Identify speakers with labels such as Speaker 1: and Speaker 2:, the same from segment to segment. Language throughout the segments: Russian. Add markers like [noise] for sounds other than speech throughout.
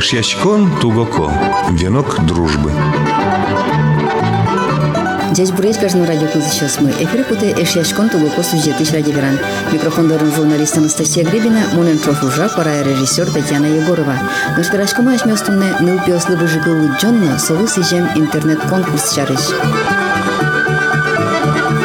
Speaker 1: Шашкон Тугоко. Венок дружбы.
Speaker 2: Жеш Буречкажның радио күзішес мы. Эфир куте эшешкон тугоко сюжеты радиогран. Микрофондарын журналист Анастасия Гребина, Мунен Трофужа, пара режиссер Татьяна Егорова. Наш пирашкома ашмёстумне неупиослы выжигылы Джонна, солы сижем интернет-конкурс чарыш.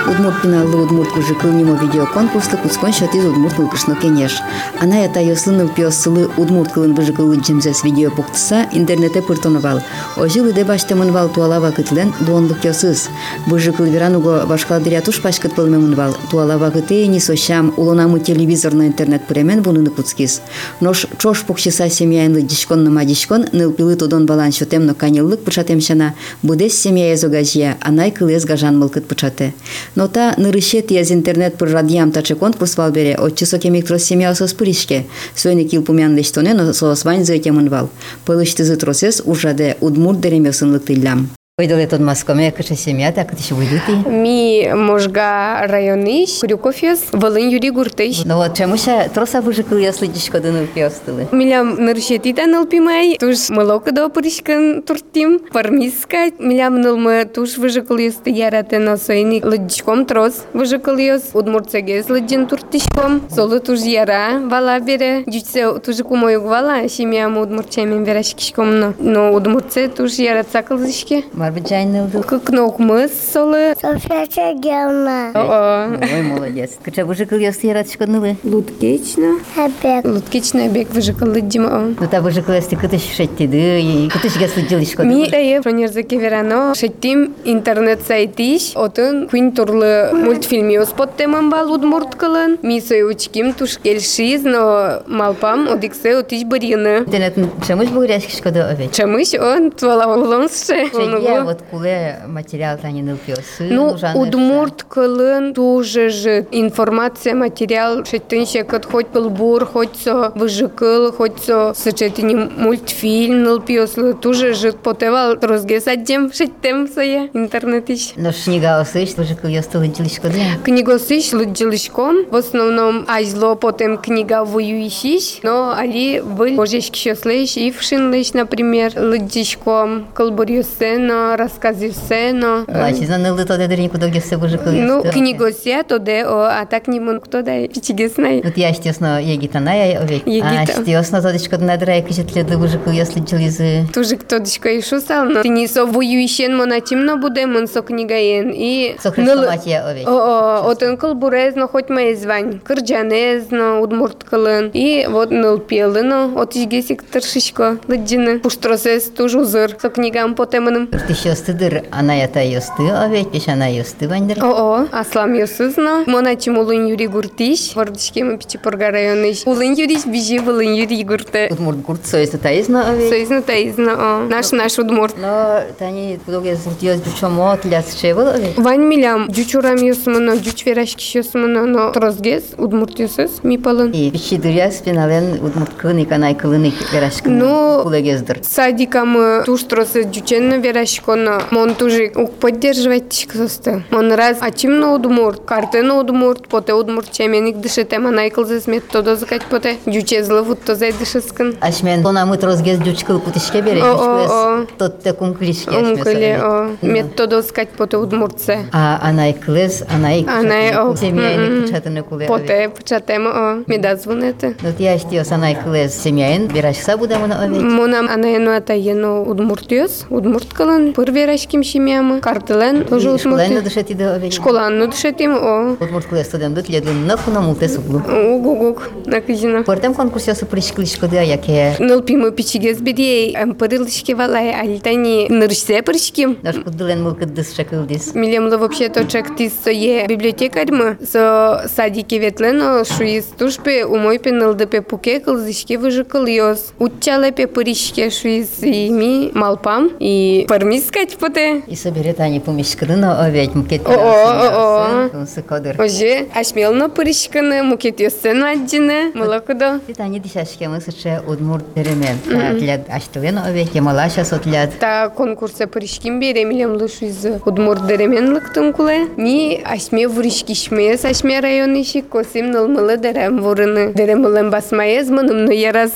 Speaker 2: Удмурт пиналлы Удмурт кужыкыл нимо видеоконкурсты куцкон шатиз Удмурт кылкышно кенеш. Ана ята йослын пиосылы Удмурт кылын быжыкылы джемзес видео поктыса интернете пыртонувал. Ожил иде баштамынвал туала вакытлен дуонлык йосыз. Быжыкыл верануго башкала дырятуш пашкыт пылмемынвал. Туала вакыты ени сошам улонамы телевизорно интернет пыремен буныны куцкиз. Нош чош покшиса семьяйнлы дишкон ма дишкон нылпилы тодон балан шотемно канеллык пычатемшана. Будес семья езогажия, анай кылез гажан мылкыт пычате. Но та нырышет яз интернет пыр радиям таче конкурс вал бере отчысок электрос семья осос пыришке. Сойны кил пумян лештоне, но соос вань зойтемын вал. Пылыш тызы тросес ужаде удмурт деремесынлык тылям. Ойдале тон маскоме, кыше семья, так ты ще выйдете?
Speaker 3: Ми можга районыш, Крюкофес, Волын Юрий Гуртыш.
Speaker 2: Ну вот, чему ще троса бужикыл я слыдишко дыны пьёстылы?
Speaker 3: Милям ныршетитан ылпимай, туш мылока до пырышкын туртим, пармиска. Милям нылмы туш выжикыл ёсты яратен осойни лыдишком трос выжикыл ёс, удмурцегез лыдин туртишком, солы туш яра, вала бере, дючсе тужы кумою гвала, семьям удмурчамин верашкишком, но, но удмурце туш яра цакылышке.
Speaker 2: Марбиджайны лду.
Speaker 3: Кыкнок мыс солы,
Speaker 4: София Сергеевна,
Speaker 3: О,
Speaker 2: Ой, молодец. Кыше бужикыл я яратышко нылы.
Speaker 3: луткечно.
Speaker 4: опять
Speaker 3: Луткично бек выжикалы дима.
Speaker 2: Ну та бужикыл ясты кытыш шеттиды, кытыш я слыдилышко
Speaker 3: Ми ае пронерзеке верано шеттим интернет сайтиш отын квин турлы мультфильми оспот темам бал удмурт кылын. Ми соючким туш келшиз, но малпам одиксе отиш бирины.
Speaker 2: Интернетин чемуш бугряшкишко да овеч.
Speaker 3: Чамыш он твала улонсы.
Speaker 2: Шеге вот куле материал тани ныл пьёсы.
Speaker 3: Ну, удмурт кылын тоже же информация, материал, шеттинше кыт хоть пылбур, хоть со выжикыл, хоть со сычетини мультфильм, ныл пиослы, тоже же потевал розгесаддем, шеттем сое, интернет ищ.
Speaker 2: Но шнига осыш, бужикыл я слыдилышко да.
Speaker 3: Е. Книгосыш лыджилышком, в основном айзло потом книга воюющиш, но али был божешки шослыш и вшинлыш, например, лыджилышком, колбурюсено, рассказывсено.
Speaker 2: Лачизна нылды тоде дырнику доге се бужикыл я
Speaker 3: Ну, книгосе тоде, о, а так не мон кто да чигесна.
Speaker 2: Вот я штесно егитана я овек. А
Speaker 3: Егита.
Speaker 2: штесно тодичко надрай кичетле да бужикыл я слыдилызы.
Speaker 3: Тоже кто дышка и шусал, но ты не со воюющен монатимно буде, мон со книгаен. И...
Speaker 2: Со хрестоматия овеч.
Speaker 3: Ну, О, отынкыл бурезно, хоть мои звань, кырджанезно, удмурткылын. И вот нылпелыно, от ежгесик тыршишко, лыджины. Пуштросес тоже узыр, со книгам потемыным.
Speaker 2: Тыш остыдыр, ана ята йосты овеч, пеш ана йосты вандыр.
Speaker 3: О, аслам юсызно. Монатим улын юри гуртиш, вордышкемы пичипурга районыш. Улын юриш, бежи улын юри гурты.
Speaker 2: Удмурт гурт соезда таизна овеч.
Speaker 3: Соизно таизно, о, наш наш удмурт.
Speaker 2: Но тани кудоге зуртиёз дучомо тляс шевел овеч.
Speaker 3: Вань милям, жуч урам юсмыно, жуч верашки юсмыно, но трозгез, удмуртисыз, мипалын.
Speaker 2: И пичи дыряс пенален удмурт кылыник, анай кылыник верашкын.
Speaker 3: Ну,
Speaker 2: кулегездыр.
Speaker 3: Садикам туш тросы жученно верашконо, мон тужи ук поддерживать тишкасысты. Мон раз ачимно удмурт, картено удмурт, поте удмурт чеменик дышете, манайкылзы смет тодо закать поте, жуче зловут тозе дышыскын.
Speaker 2: Ашмен тонамыт розгез дючкыл кутышке бере,
Speaker 3: О, о,
Speaker 2: дючкылес тотте кункришке ашмен
Speaker 3: Омкыле, о,
Speaker 2: совет.
Speaker 3: е, мет тодо закать поте удмуртце.
Speaker 2: нали? А нали? анай кылес, анай
Speaker 3: Анай, о,
Speaker 2: семьяйны
Speaker 3: м-м.
Speaker 2: кучатыны е куле овеч.
Speaker 3: Поте пычатем, о, медазвонете.
Speaker 2: Ну, ти аштиос анай кылес семьяйн, берашса будамына овеч.
Speaker 3: Мона анаяно атаено удмуртиос, удмурткалан, пырверашким шимямы, картылан, тоже
Speaker 2: Школайна
Speaker 3: удмурти.
Speaker 2: дышет иде овеч.
Speaker 3: Школан, ну дышетим, о,
Speaker 2: Удмурт кылес тодем дут ледун нахуна мултес углу.
Speaker 3: угугук, на казино.
Speaker 2: Портем конкурс ясы пришклишко да яке.
Speaker 3: Нылпимы пичигез бирей, ампырылышки валай, альтани ныршсе пырышким.
Speaker 2: Наш кудылен мылкыт дыс шакылдис.
Speaker 3: Милемлы вообще то чек тис со е библиотекарь мы со садики ветлено шуис тушпе умой пенылды пе пуке кылзышке выжикал йос. Утчале пе пыришке шуис и ми малпам и пармис искать поте.
Speaker 2: И соберет они помешкрына, а ведь мукет.
Speaker 3: О, о, о.
Speaker 2: Тунсы кодыр.
Speaker 3: Уже ашмелно пырышканы, мукет ёстен аддины, молокудо.
Speaker 2: Тит они дишашкемы сыча удмурт теремен. Атлят аштылен, а ведь ямалаша сотлят.
Speaker 3: Та конкурса пырышкин беремелем лышызы. Удмур деременлыктын кулы. Ни ашме вырышкишме, ашме район иши косим нылмылы дерем вурыны. Деремылым басмаез мынымны [laughs] яраз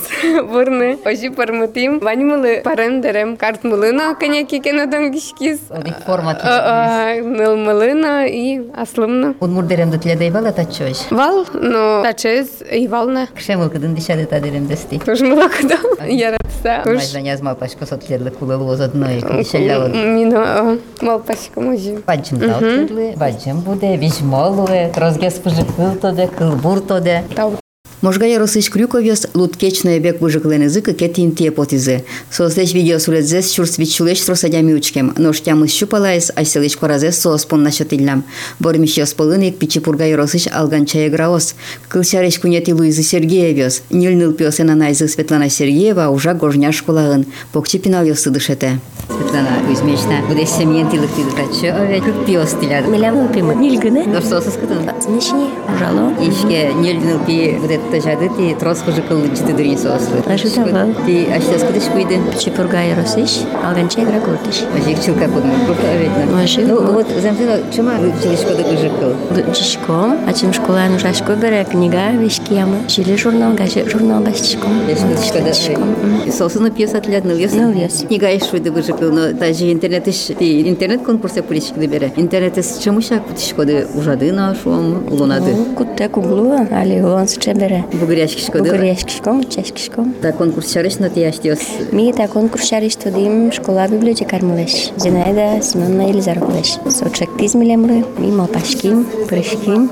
Speaker 3: вурны. Ожи пармытым, ваньмылы парен дерем. Картмылына коняки кенадан кишкиз.
Speaker 2: Одик форма туча.
Speaker 3: А, а, Нылмылына и аслымна.
Speaker 2: Удмурт теремді тлядей бала тачош.
Speaker 3: Вал, но тачез и вална.
Speaker 2: Кшемыл кыдын дишады та деремдести.
Speaker 3: Тоже молокодо. [laughs] Яратса. Тоже.
Speaker 2: Майзан язма пашко сотледлы кулылы озодной.
Speaker 3: Hum,
Speaker 2: Дишалялы.
Speaker 3: Мина малпасиком ожи.
Speaker 2: Бачым талтырлы, бачым буде, вижмолуе, розгес пыжыкыл тоде, кылбур тоде.
Speaker 3: Тау
Speaker 2: Можга яросыч крюковьес луткечная бек выжиклен язык и кетин тепотизы. Создеч видео сулезес чурс вичулеч тросадями учкем, но штямы щупалаес, а селеч коразес сооспон нашатиллям. Бормище сполынык пичи пурга яросыч алганчая граос. Кылсяреш кунети Луизы Сергеевьес, нильныл пиосена найзы Светлана Сергеева уже гожня школагын. Покчи пинальёсы дышете. Светлана Кузьмична, буде семьен тилык тидыкачы, ове кык пиос тиляр.
Speaker 5: Милямын пимы. Нильгыны.
Speaker 2: Ну что, соскытын?
Speaker 5: Значни. Ужало.
Speaker 2: Ишке нельдин пи вот это жады ти трос хуже кылды житы дырин сослы.
Speaker 5: Ожидала.
Speaker 2: Ти ашта скыдыш куйды.
Speaker 5: Чепургай росыш, алганчай граготыш.
Speaker 2: Ажик чилка подмы, курта оведна.
Speaker 5: Ажик,
Speaker 2: Ну
Speaker 5: ну.
Speaker 2: вот замтына чума чилиш кода хуже кыл.
Speaker 5: Чишком, а чем школан ужашко бере книга, вишки яма. Чили журнал, газет журнал башчиком.
Speaker 2: Яш кыдыш кода.
Speaker 5: Чишком.
Speaker 2: Сосуна пьес отлядны лес.
Speaker 5: Ну, лес.
Speaker 2: Книга иш шуйды хуже кыл, но та же интернет иш ти интернет конкурса пуличкды бере. Интернет иш чумуша кутиш кода ужады на шум лунады.
Speaker 5: Кутте куглуа, али он с чебере.
Speaker 2: Бугуряшки шкода.
Speaker 5: Гурешкишком, чешкишком.
Speaker 2: Та конкурс чарышно ти аштиос
Speaker 5: Ми та конкурс шариш тудим школа библиотекар мулеш. Зинаида Семеновна Елизар мулеш. Сочек тиз милемры, ми мопашким, прышким.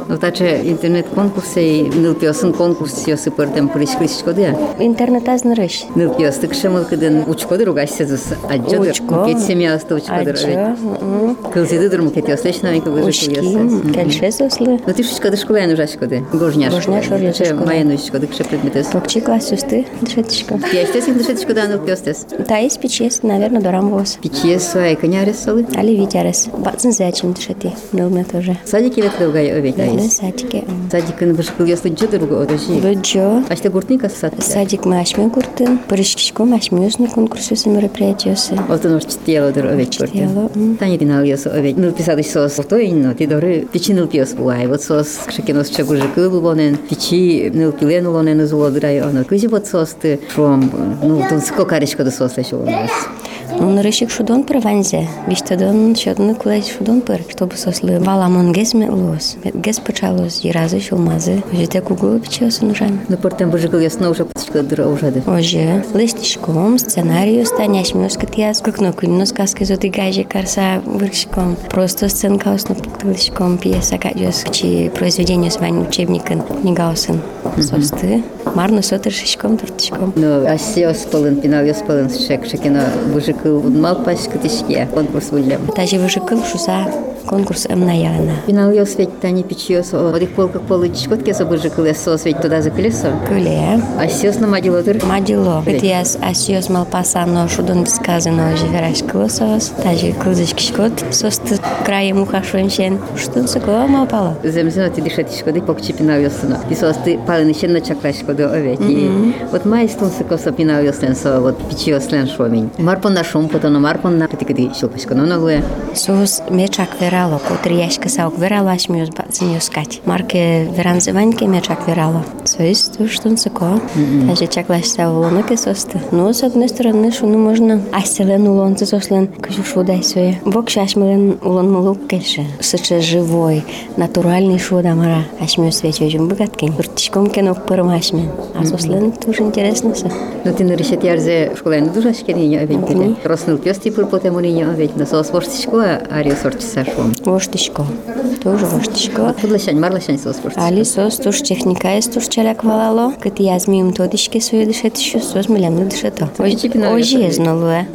Speaker 2: Ну, таче интернет конкурсе нил пиосын конкурс сиосы пырдем пришклишко дия.
Speaker 5: Интернет азнырыш.
Speaker 2: Нил пиос тык шамыл кыдын учкодыр угашся зус. Аджодыр.
Speaker 5: Учко.
Speaker 2: Мукет семьясты учкодыр.
Speaker 5: Ачо, м,
Speaker 2: Кылзидыдыр мукет яслеш навинка выжишь Mhm.
Speaker 5: ушким, кельшезуслы.
Speaker 2: Ну ты шучка дышку лайну жашко ды. Гожняшко.
Speaker 5: Гожняшко, жашко, да.
Speaker 2: Майну ишко дык ше предметес.
Speaker 5: Покчи класс юсты, дышетишко.
Speaker 2: Я ищтес ин дышетишко да нил пиос тес.
Speaker 5: Та есть печесть, наверное, дорам волос.
Speaker 2: Пичьесу ай конярес солы.
Speaker 5: Али витярес. Бацин зачем дышати, но у меня тоже.
Speaker 2: Садики вет левгай овей
Speaker 5: Наверное,
Speaker 2: таис.
Speaker 5: садики.
Speaker 2: Садикын бышкыл яслы джодыр уго одожи.
Speaker 5: Быджо.
Speaker 2: Ашты гуртника сад.
Speaker 5: Садик е мы ашми куртын. Пырышкичко мы ашми юзны конкурсы мероприятиосы.
Speaker 2: Oltun orç çitiyelo dur övet
Speaker 5: Читиело,
Speaker 2: gördüm.
Speaker 5: м.
Speaker 2: Tani din alıyorsa övet. Nıl pisadiş sos oto inno. Ti doğru piçi nıl piyos bulay. Vot sos kşakenos çagu jıkıl ulonen. Piçi nıl pilen ulonen uzulodray ono. Kıcı vot sos tı. From nıl tun sıko karışko da sos leşo olmaz.
Speaker 5: Он рышик шудон прованзе. Виштадон щодны кулай шудон пыр. Чтобы сослы валамон гезме лос. Гез почалос. И разы шулмазы. Жите куглу печесы нужами.
Speaker 2: Ну portem bu jıkıl yasına uşa pıçıkı dur uşadı.
Speaker 5: Ože, listiškom, scenarijo stanjaš mioskati jaz, kak no kujno skaske zoti gaže karsa vrškom, просто сценка osno listiškom pjesa gađos, či proizvedenje svan učebnika knjigaosen, sosti, marno sotršiškom tortiškom.
Speaker 2: Ну, а сио спалын, пинал я спалын, шек, шекено, bu jıkıl udmal paşkı tişkiye, konkurs bulyam.
Speaker 5: Taže vrškil šusa konkurs emna jana.
Speaker 2: Пинал я светь, tani piçiyosu, odik polkak poluçkot keso bu jıkıl yaso svetь туда закылесо.
Speaker 5: Kulje,
Speaker 2: А сиос намадило dur.
Speaker 5: madilo,
Speaker 2: Taip.
Speaker 5: bet jas asijos malpasano šudon skazano živeras klosovas, taže kluziškiškot, sosti kraje muha švenšen, šudon sakova malpala.
Speaker 2: Zemzino ti dišati škodi, pokči pinavio suno. I so osti pali nišće na čakla škodi oveti. Od maja stun se koso pinavio slen so, od pičio slen šomin. Marpon na šum, potom marpon na petikadi šilpaško nonoluje.
Speaker 5: Sus mečak veralo, kotri jaška sauk veralo, aš mi jūs bacin jūs skać. Marke veranzivankė mečak veralo. Sus tu štun sako, taže čak laš savo lonokė sosti. Nu, s одной стороны, šunu možna. Asilien ulon cisoslien, kažu šūdai soje. Vokšė aš milien ulon muluk kešė. Сыча живой, натуральный шуда мара. Aš mi jūs svečio žim bugatkin. Turtiškom kenok pirmašmen. Asoslien tuž interesnasi.
Speaker 2: No ti narišet jarze škola ne duža škenjenje oveti.
Speaker 5: Mhm.
Speaker 2: Rosnil pjosti pul potem urinje oveti. No so osvošti škola, ario sorči sa šum.
Speaker 5: Voštiško. Tuž voštiško.
Speaker 2: Podlešan, marlešan so osvošti.
Speaker 5: Ali sos tuš tehnika je tuš čeljak valalo, kad i jaz mi im to diške su je dišet šu, sos mi ljemno dišeto.
Speaker 2: Oži ti pinali
Speaker 5: Oži je
Speaker 2: osadili.
Speaker 5: znalo je.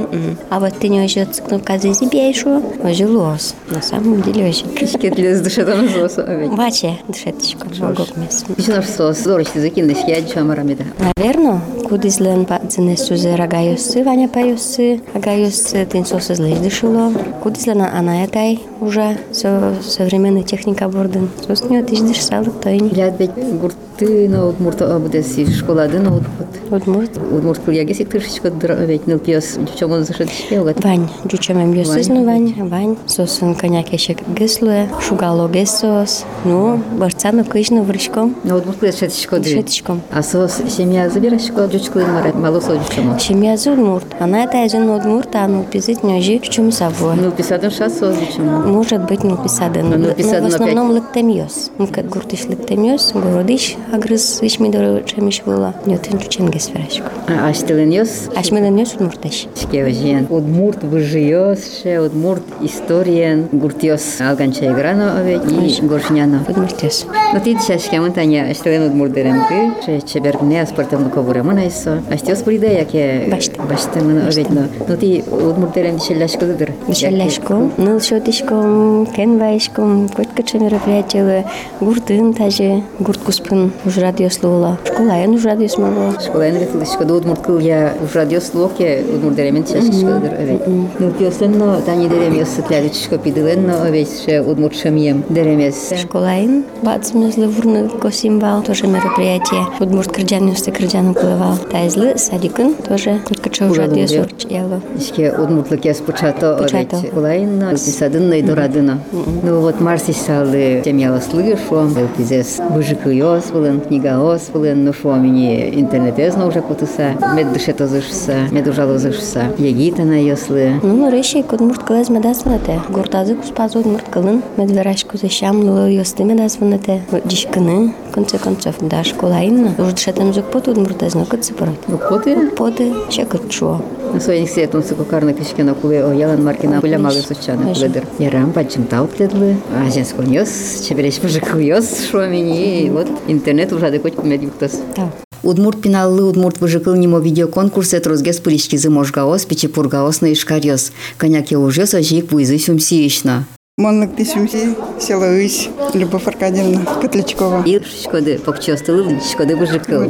Speaker 5: A vot ti njoži odsknu kazi zibješu, oži los. Na samom dili oži.
Speaker 2: Kišket ljes duše da nas oso oveti.
Speaker 5: Vače dišetiško, mogu mes.
Speaker 2: Pičinoš sos, zorišti zakindiš, jađi šamaramida.
Speaker 5: Наверно, кудизлен бадзене сүзе рагайосы, ваня пайосы, агайосы тенсосы злеждышыло. Кудизлен анаятай уже е со современной техника бордын. Сосни отиждыш салык тойни.
Speaker 2: Лят бет гурты на удмурт обдеси школады на удмурт.
Speaker 5: Удмурт
Speaker 2: Удмурт кыльяги сектыршичка дровет нил пьес чому зашедшке огат.
Speaker 5: Вань, джучемем йосызну вань, вань, сосын коняк ешек геслуе, шугало гесос, ну, борцану кышну врышком,
Speaker 2: На удмурт кылья шедшичка дри.
Speaker 5: шетичком.
Speaker 2: А сос семья забирашка дючклы мара мало со дючому.
Speaker 5: Шемиязы удмурт, она это один удмурт, а ну пизит нёжи в чем собой.
Speaker 2: Ну писадым шас со дючому.
Speaker 5: Может быть, ну писады,
Speaker 2: Ну,
Speaker 5: но, но
Speaker 2: писады,
Speaker 5: в
Speaker 2: но
Speaker 5: основном лыктемьёс. Ну, как гуртыш лыктемьёс, городыш, агрыз, ишми доры, чемиш было, нет, ну, чем гесверашку.
Speaker 2: А аштылын йос
Speaker 5: Аш миден ёс удмурташ.
Speaker 2: Шкевжен. Удмурт выжиёс, ше удмурт историен, гуртёс алганча играно ове и горшняно.
Speaker 5: Удмурт ёс.
Speaker 2: Но ти чашке мон таня, што еден од мурдеренки, че чебергне аз партам ко вуре мон айсо. А што спориде ја ке
Speaker 5: Баште.
Speaker 2: баште мон оведно. Но ти од мурдерен шелашко дадыр.
Speaker 5: Мишелешком, нылшотишком, кенвайшком, койткача мероприятиялы, гуртын тажи, гурт куспын, уж радио слула. Школа ен уж радио смогла.
Speaker 2: Школа ен рефил што од мурдкил ја уж радио слоке од мурдеремен чашке дадыр овед. Ну пиосенно тани дерем јас сетлядичко пиделен, но овед ше од мурдшамием деремес.
Speaker 5: Школа ен, бацмызлы вурны косимбал, тоже мероприятие. Удмурт кырджан юсты кырджан уплывал. Тайзлы, садикын, тоже койткача уж
Speaker 2: Уралым
Speaker 5: радио
Speaker 2: дер.
Speaker 5: сурчело.
Speaker 2: Ишке одмуртлык јас почато
Speaker 5: Почато.
Speaker 2: овеќе улајна, писадына и дорадына. Ну вот Марси салы темјала слыгашо, пизес бужикы јос булен, книга јос булен, но шо мини интернет езно уже кутуса, мед душето зашса, мед ужало зашса, јегита на јослы.
Speaker 5: Ну, реши, код мурт кылаз медасванате. Гуртазы куспазы удмурт кылын, медверашку зашам, лылы юсты медасванате. Дишкыны, в конце концов, да, школа инна. Уж дышатам зук пот удмуртазно, кыцыпырат.
Speaker 2: Ну коте,
Speaker 5: Поды чекырчо.
Speaker 2: на сојник се етон се кокарна кишкена куле о јелан маркина буля мали сучана
Speaker 5: Конечно.
Speaker 2: куледер. Јарам бачим тау пледлы, а женско јос, чебереш бужикы јос, шо мини, вот интернет ужаде кој мед јуктас.
Speaker 5: Да.
Speaker 2: Удмурт пиналлы Удмурт выжикл нимо видеоконкурс Этрос Геспурички Зыможгаос, Печепургаос на Ишкарьос. Коняке ужес, а жейк буйзы сумсиишна.
Speaker 6: Монлык тисюмси, село Ысь, Любовь Аркадьевна Котлячкова.
Speaker 2: И шкоды, покчостылы, шкоды выжикл.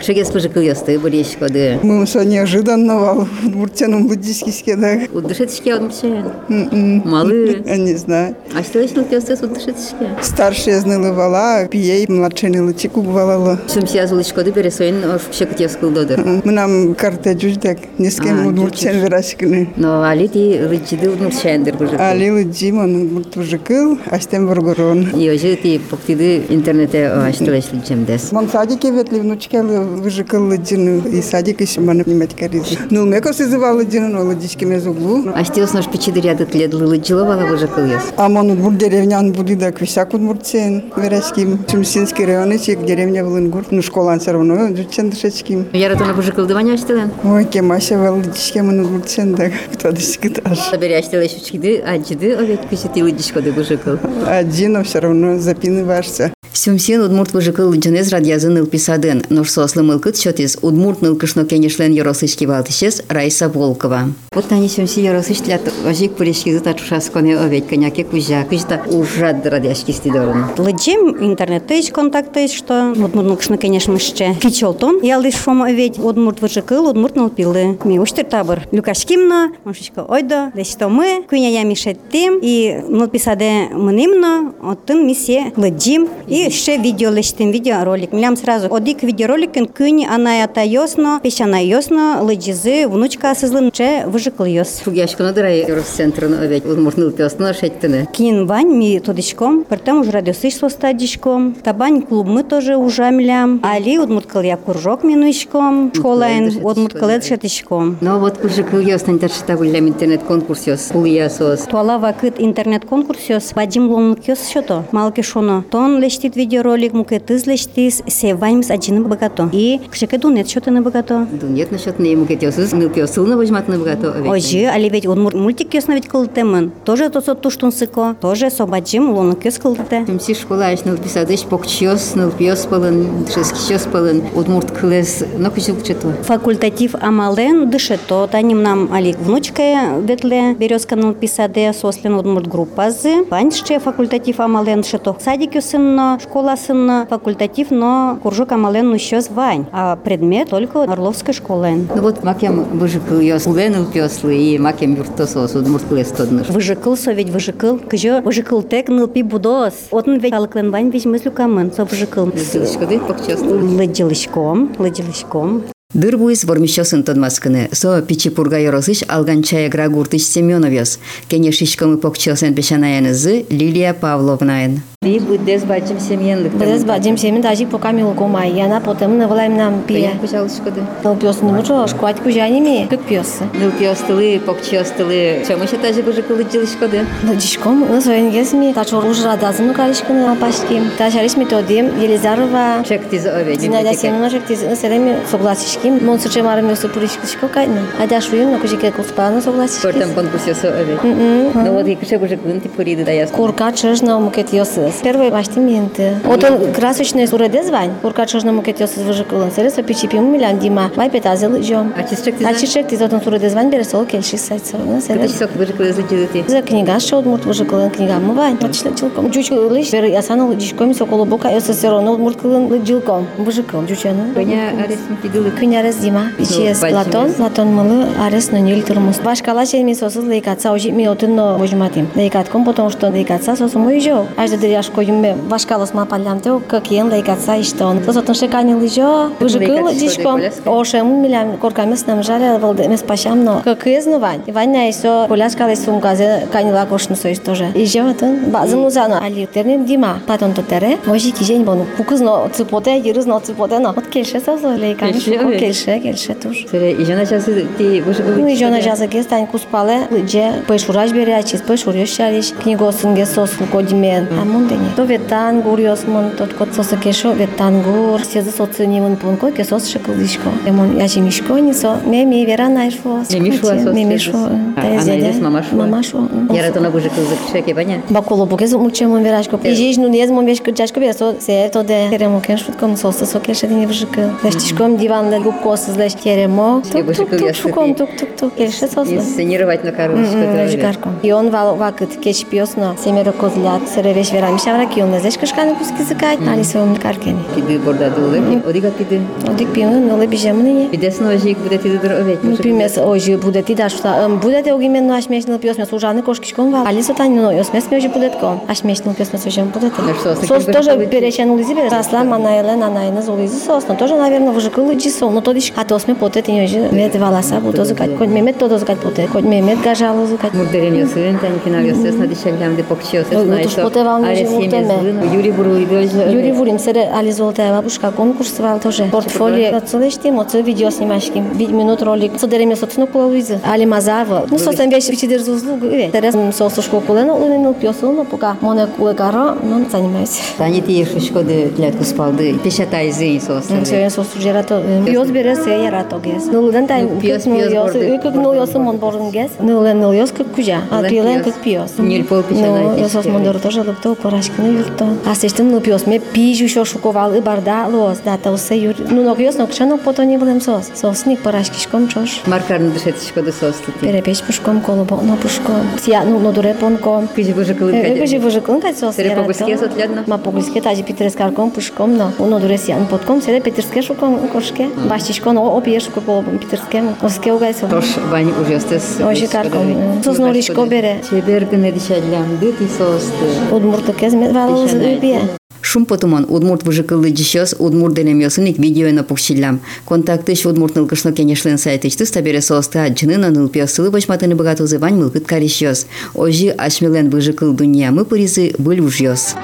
Speaker 2: Шегес выжикл ёсты, были шкоды.
Speaker 6: Мы все неожиданно вал в Буртяном Буддийский скедах.
Speaker 2: Удышетышки он вообще.
Speaker 6: Мгм.
Speaker 2: Малы.
Speaker 6: Я не знаю.
Speaker 2: А что если у тебя с удышетышки?
Speaker 6: Старшая знала вала, пией, младшая нила чеку бывала.
Speaker 2: Сумси азулы шкоды бересоин, вообще котевскул додыр.
Speaker 6: Мы нам карта чуждак, ни с
Speaker 2: А,
Speaker 6: кем Удмуртян верашкины.
Speaker 2: Но али ты лыджиды удмуртшайндыр выжикл.
Speaker 6: А ну, Лила Димон Буртужикыл, а с тем бургурон.
Speaker 2: И ожи ты поктиды интернете, а что если джемдес.
Speaker 6: Мон садике ветли внучке выжикал ладину, и садик еще мана понимать коризы. Ну, мекос изывал ладину, но ладички мез углу.
Speaker 2: А что с наш печиды ряды тледлы лыджиловала выжикл ёс?
Speaker 6: Амон Удмурт деревнян будидак висяк Удмуртсен, Вераским, Чумсинский район, ичек деревня Вылынгурт, ну школан все равно, Дучен Дышечким.
Speaker 2: Яратона выжикл дываня штылен?
Speaker 6: Ой, кемася Валдичкем, он Удмуртсен, [laughs] да, кто дышкитаж.
Speaker 2: Собираешься лишь учкиды, а чиды, овек кышет и лыдишко да гужикал.
Speaker 6: Один, но все равно запинываешься.
Speaker 2: Сюмсен удмурт выжикал лыджанез радиазын илписадын, но сослы мылкыт счетис удмурт нылкышно кенешлен яросычки валтышес Райса Волкова. Вот они сюмси яросыч тлят ожик пылешки зыта чушасконе овек коняке кужа, кышта ужад радиашки стидорын.
Speaker 7: Леджим интернет тейч контакт тейч, что одмурт нукшны, конечно, ще кичолтон. Я лишь шома ведь одмурт выжикыл, одмурт нылпилы. Ми уштер табор. Лукаш кимно, мушечка ойдо, десто мы, куйня я мишеттим, и нылписаде ну, мнимно, оттын мисе леджим, и ще видео лештим, видеоролик. Млям сразу, одик видеороликин куйни она я тайосно, печана йосно, леджизы, внучка сызлын, че выжикыл йос.
Speaker 2: Фугяшко надрай Евросцентрын овек удмурт нылпиосно шеттыны.
Speaker 7: Кин вань ми е тодичком, притом уже радиосышло стадичком, табань клуб мы тоже ужамлям, али удмуткал я кружок минуичком, школайн
Speaker 2: Мгм,
Speaker 7: удмуткал
Speaker 2: да.
Speaker 7: шетичком.
Speaker 2: Но вот кужикал ёс нантаршита гулям интернет-конкурс ёс, пул ясос.
Speaker 7: Туала вакыт интернет-конкурс ёс, вадим лонлык ёс шото, малки шоно. Тон лештит видеоролик, муке тыз лештис, се ваньмс аджины богато. И кшеке дунет шото на богато.
Speaker 2: Дунет насчет нему кетёсыз, нылпиосыл на возьмат на богато овек.
Speaker 7: Ожи, али ведь он мультик ёс на ведь кылтемын. Тоже е тосо туштунсыко, тоже е собаджим лонлык ёс кылтете.
Speaker 2: Тимси школа еш ныл писадыш покчиос, ныл пиос палын, шескичос палын, удмурт кылес, но кучил кучето.
Speaker 7: Факультатив Амален дышит, то таним нам алик внучка ветле березка ну, нал писаде сослен удмурт группазы. Паньше факультатив Амален дышит, то садик юсынно, школасына факультатив, но куржу камален еще звань, а предмет только Орловской школы.
Speaker 2: Ну вот макем выжикал ее уленил песлы и макем юртосос удмурткыл эстодныш.
Speaker 7: Выжикыл, совет выжикыл, кыжо выжикыл тек нылпи будос. Отын ведь алыкленбань весь мыслю камын, со выжикыл.
Speaker 2: Дышкады покчастыл.
Speaker 7: Лыджилышком, лыджилышком.
Speaker 2: Дыр буйс вормещосын тонмаскыны, со пичи пурга йоросыш алган чая грагуртыш Семеновес, кене шишкамы покчелсен пешанаянызы Лилия Павловнаен. И будет дез бачим семьенлык.
Speaker 8: Без бадим семен даже по камилу кома, и она потом не влаем нам пия.
Speaker 2: Пожалуйста,
Speaker 8: Ну пёс не мучу, шквать кужаними, как пёс.
Speaker 2: Ну, пиостылы, покчастылы, чому ще таже бужикылы джилышкоды?
Speaker 8: Но дишком, ну своим гезми, та чор уж радазым калишкин апашким. Та шариш методим Елизарова.
Speaker 2: Чек тиз ове,
Speaker 8: Зинаида Семеновна шектиз, селеми согласишким. Мон суче марым ёсу пуришкишко кайна. А да шуем на кужике куспана согласишкис.
Speaker 2: Портам конкурс ёсу ове.
Speaker 8: Мгм.
Speaker 2: Ну, вот и кыше бужикылын ти пуриды да ясно.
Speaker 8: Курка чыжна мукет ёсыз. Первый баштименты. Вот он красочный суреде звань. Курка чыжна мукет ёсыз выжикылын. Селесо пичипим милян дима. Вай петазел жом.
Speaker 2: А чистчек ти
Speaker 8: А
Speaker 2: знаешь?
Speaker 8: чишек ти зотон суреде звань бере сол келши сайт.
Speaker 2: Кыты чисок бужикылы злиджилы ти.
Speaker 8: За книга ще одмурт выжикылын книга мывай. Мачла чилком. Чуч лиш бер ясана лыдишком соколу бока СССР он одмурт кылын лыджилком. Выжикылым чучану.
Speaker 2: Коня аресин пидылы.
Speaker 8: Кынярес дима. Ичиес
Speaker 2: бачим
Speaker 8: Платон.
Speaker 2: ес.
Speaker 8: Платон мылы арес но нил турмус. Башкала шен ми сосыз лейкатса ожи ми отын но божматим. Лейкатком потому что лейкатса сосу мой жо. Ажда дыряшко юме башкалос ма палямте о как ен лейкатса иште он. Сосотын шекани лыжо. Выжикыл
Speaker 2: лейкатско
Speaker 8: лыдишком.
Speaker 2: деколяска?
Speaker 8: Ошем милям коркамес нам жаля волдемес пашам но. Как изну вань. Ваня исо куляшка лей сумказе канила кошну соис тоже. Иже ватын базын узано. Али тернем дима. Платон тотере. Можи кижень бону. Пукызно цыпоте ирызно цыпоте но. От кельше сосо лейкан.
Speaker 2: Келше,
Speaker 8: О,
Speaker 2: бе.
Speaker 8: Келше, келше туш.
Speaker 2: Сыре, и жена сейчас ти бужикылы.
Speaker 8: Ну и жена жаза гес тань куспале, лыдже, пешураж беря, чиз пешурьё шариш, книгосын гес сосын кодимен. А мундене. То ветан гур ёсмон, тот кот сосы кешо, ветан гур, сезы соцы немон пунко, ке сос шекылдишко. Эмон я жемишко нисо, меми вера найшфо.
Speaker 2: Жемишфо, а сос
Speaker 8: Мемишфо.
Speaker 2: сезыс. А, а наидес мамашфо?
Speaker 8: Мамашо.
Speaker 2: Яратона бужикылы злидшек, и баня.
Speaker 8: Баколо бугез умчемо верашко. Ижиш ну нез мом вешко чашко берсо се то де теремо кен шутком соса со кеше дини вжикы. Лештишком диван ле губко со злеш теремо.
Speaker 2: Все
Speaker 8: Тук тук
Speaker 2: вжикал я
Speaker 8: тук шуком
Speaker 2: сыты.
Speaker 8: тук тук тук кеше
Speaker 2: И
Speaker 8: соса.
Speaker 2: сценировать на коробочку.
Speaker 8: Режигарко. Е, И он вал вакыт кеч пиосно семеро козлят серевеш верам шаврак и он незеш кашканы куски закайт. Али се ум каркени.
Speaker 2: Пиды бордадулы. Одига пиды.
Speaker 8: Одик пиуну но ле бижемни.
Speaker 2: Пидесно ожик буде ти дыр овет.
Speaker 8: Ну, пимес ожи будет и дашь туда. Будет я огимен, но ашмешнил пьес мяс ужаны кошкичком вал. Алисо тань, но ёс мяс мяжи будет ком. Ашмешнил пьес мяс ужам будет.
Speaker 2: Ну что, с таким
Speaker 8: Сос тоже
Speaker 2: выжигал
Speaker 8: перечен улизи берет. Расла мана елен, ана елен, улизи сос. Но тоже, наверное, выжикал и сол. Но то дишь, а то сме потет и не ожи. Мед валаса буду зукать. Конь мемет то дозукать потет. Конь мемет гажало зукать.
Speaker 2: Мурдерем ясырын, тань кинал ясырсна дишалям де покчиосес.
Speaker 8: Ну, ну, туш потевал не же муртеме.
Speaker 2: Юрий Буруйды ожи.
Speaker 8: Юрий Вурим, сэр, Али Золотая бабушка, конкурс вал тоже. Портфолио, отсылаштим, отсыл видео снимашким. Вид минут ролик. Содерем я собственно кула Луиза. Али Мазава. Ну, состан вещи вичи держу услугу. Терес сосу шкокулена, улинил пьесу, но пока моне кулакаро, но занимаюсь.
Speaker 2: Тани ти ешушкоды для куспалды. Пешата изы и сосны.
Speaker 8: Сен сосу жерато. Йоз берес я ярато гес. Нулдан тай
Speaker 2: Ну, пьёс, пьёс, борды.
Speaker 8: Как нул йосу мон борын гес. Нулен нул йос как кужа. А
Speaker 2: Нулен
Speaker 8: пилен
Speaker 2: пьёс.
Speaker 8: как пьёс.
Speaker 2: Ниль пол печенай
Speaker 8: Ну, йосос
Speaker 2: печке.
Speaker 8: мон дор тоже лупто корашкины юрто. А сештен ну пьёс ме пижу шо шуковал и барда лос. Да та усе юр. Ну нок йос нок шанок пото не будем сос. Сосник парашкишком чош.
Speaker 2: Маркарны дышетишкоды сослы ти.
Speaker 8: Перепеч пушком колобок на пушком. Сия ну но Е, дуре понком.
Speaker 2: Кыжи бужикылы
Speaker 8: Кажи выжиклын кать сос.
Speaker 2: Сере погульские сот лядно?
Speaker 8: Ма погульские тажи питерскарком пушком но. Уно дуресиан подком сере питерске шуком кошке. Баштичкон о опиеш куполом питерскем. Оске угайсо.
Speaker 2: Тош вань ужестес.
Speaker 8: Ожи карком, э. Сос норишко бере.
Speaker 2: Чебергыны дишалям ды ти состы.
Speaker 8: Удмурто кезмет валыз
Speaker 2: Пишенай,
Speaker 8: үбие.
Speaker 2: Шум потуман удмурт выжикылы дишёс удмурт денем ёсынник видео на пукшилям. Контакты ш удмурт нылкышно кенешлен сайты чты стабере соста джинына нылпёсылы башматыны богату зывань мылкыт каришёс. Ожи ашмелен выжикыл дуния мы пыризы был ужёс.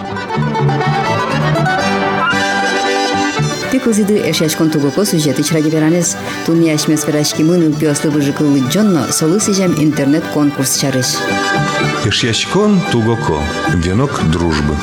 Speaker 2: Пикузиды эшешкон тугоко сюжеты чрагиберанес. Туния ашмес верашки мы нылпёслы выжикылы джонно солы сижем интернет-конкурс чарыш.
Speaker 1: Кешьячкон Тугоко. Венок дружбы.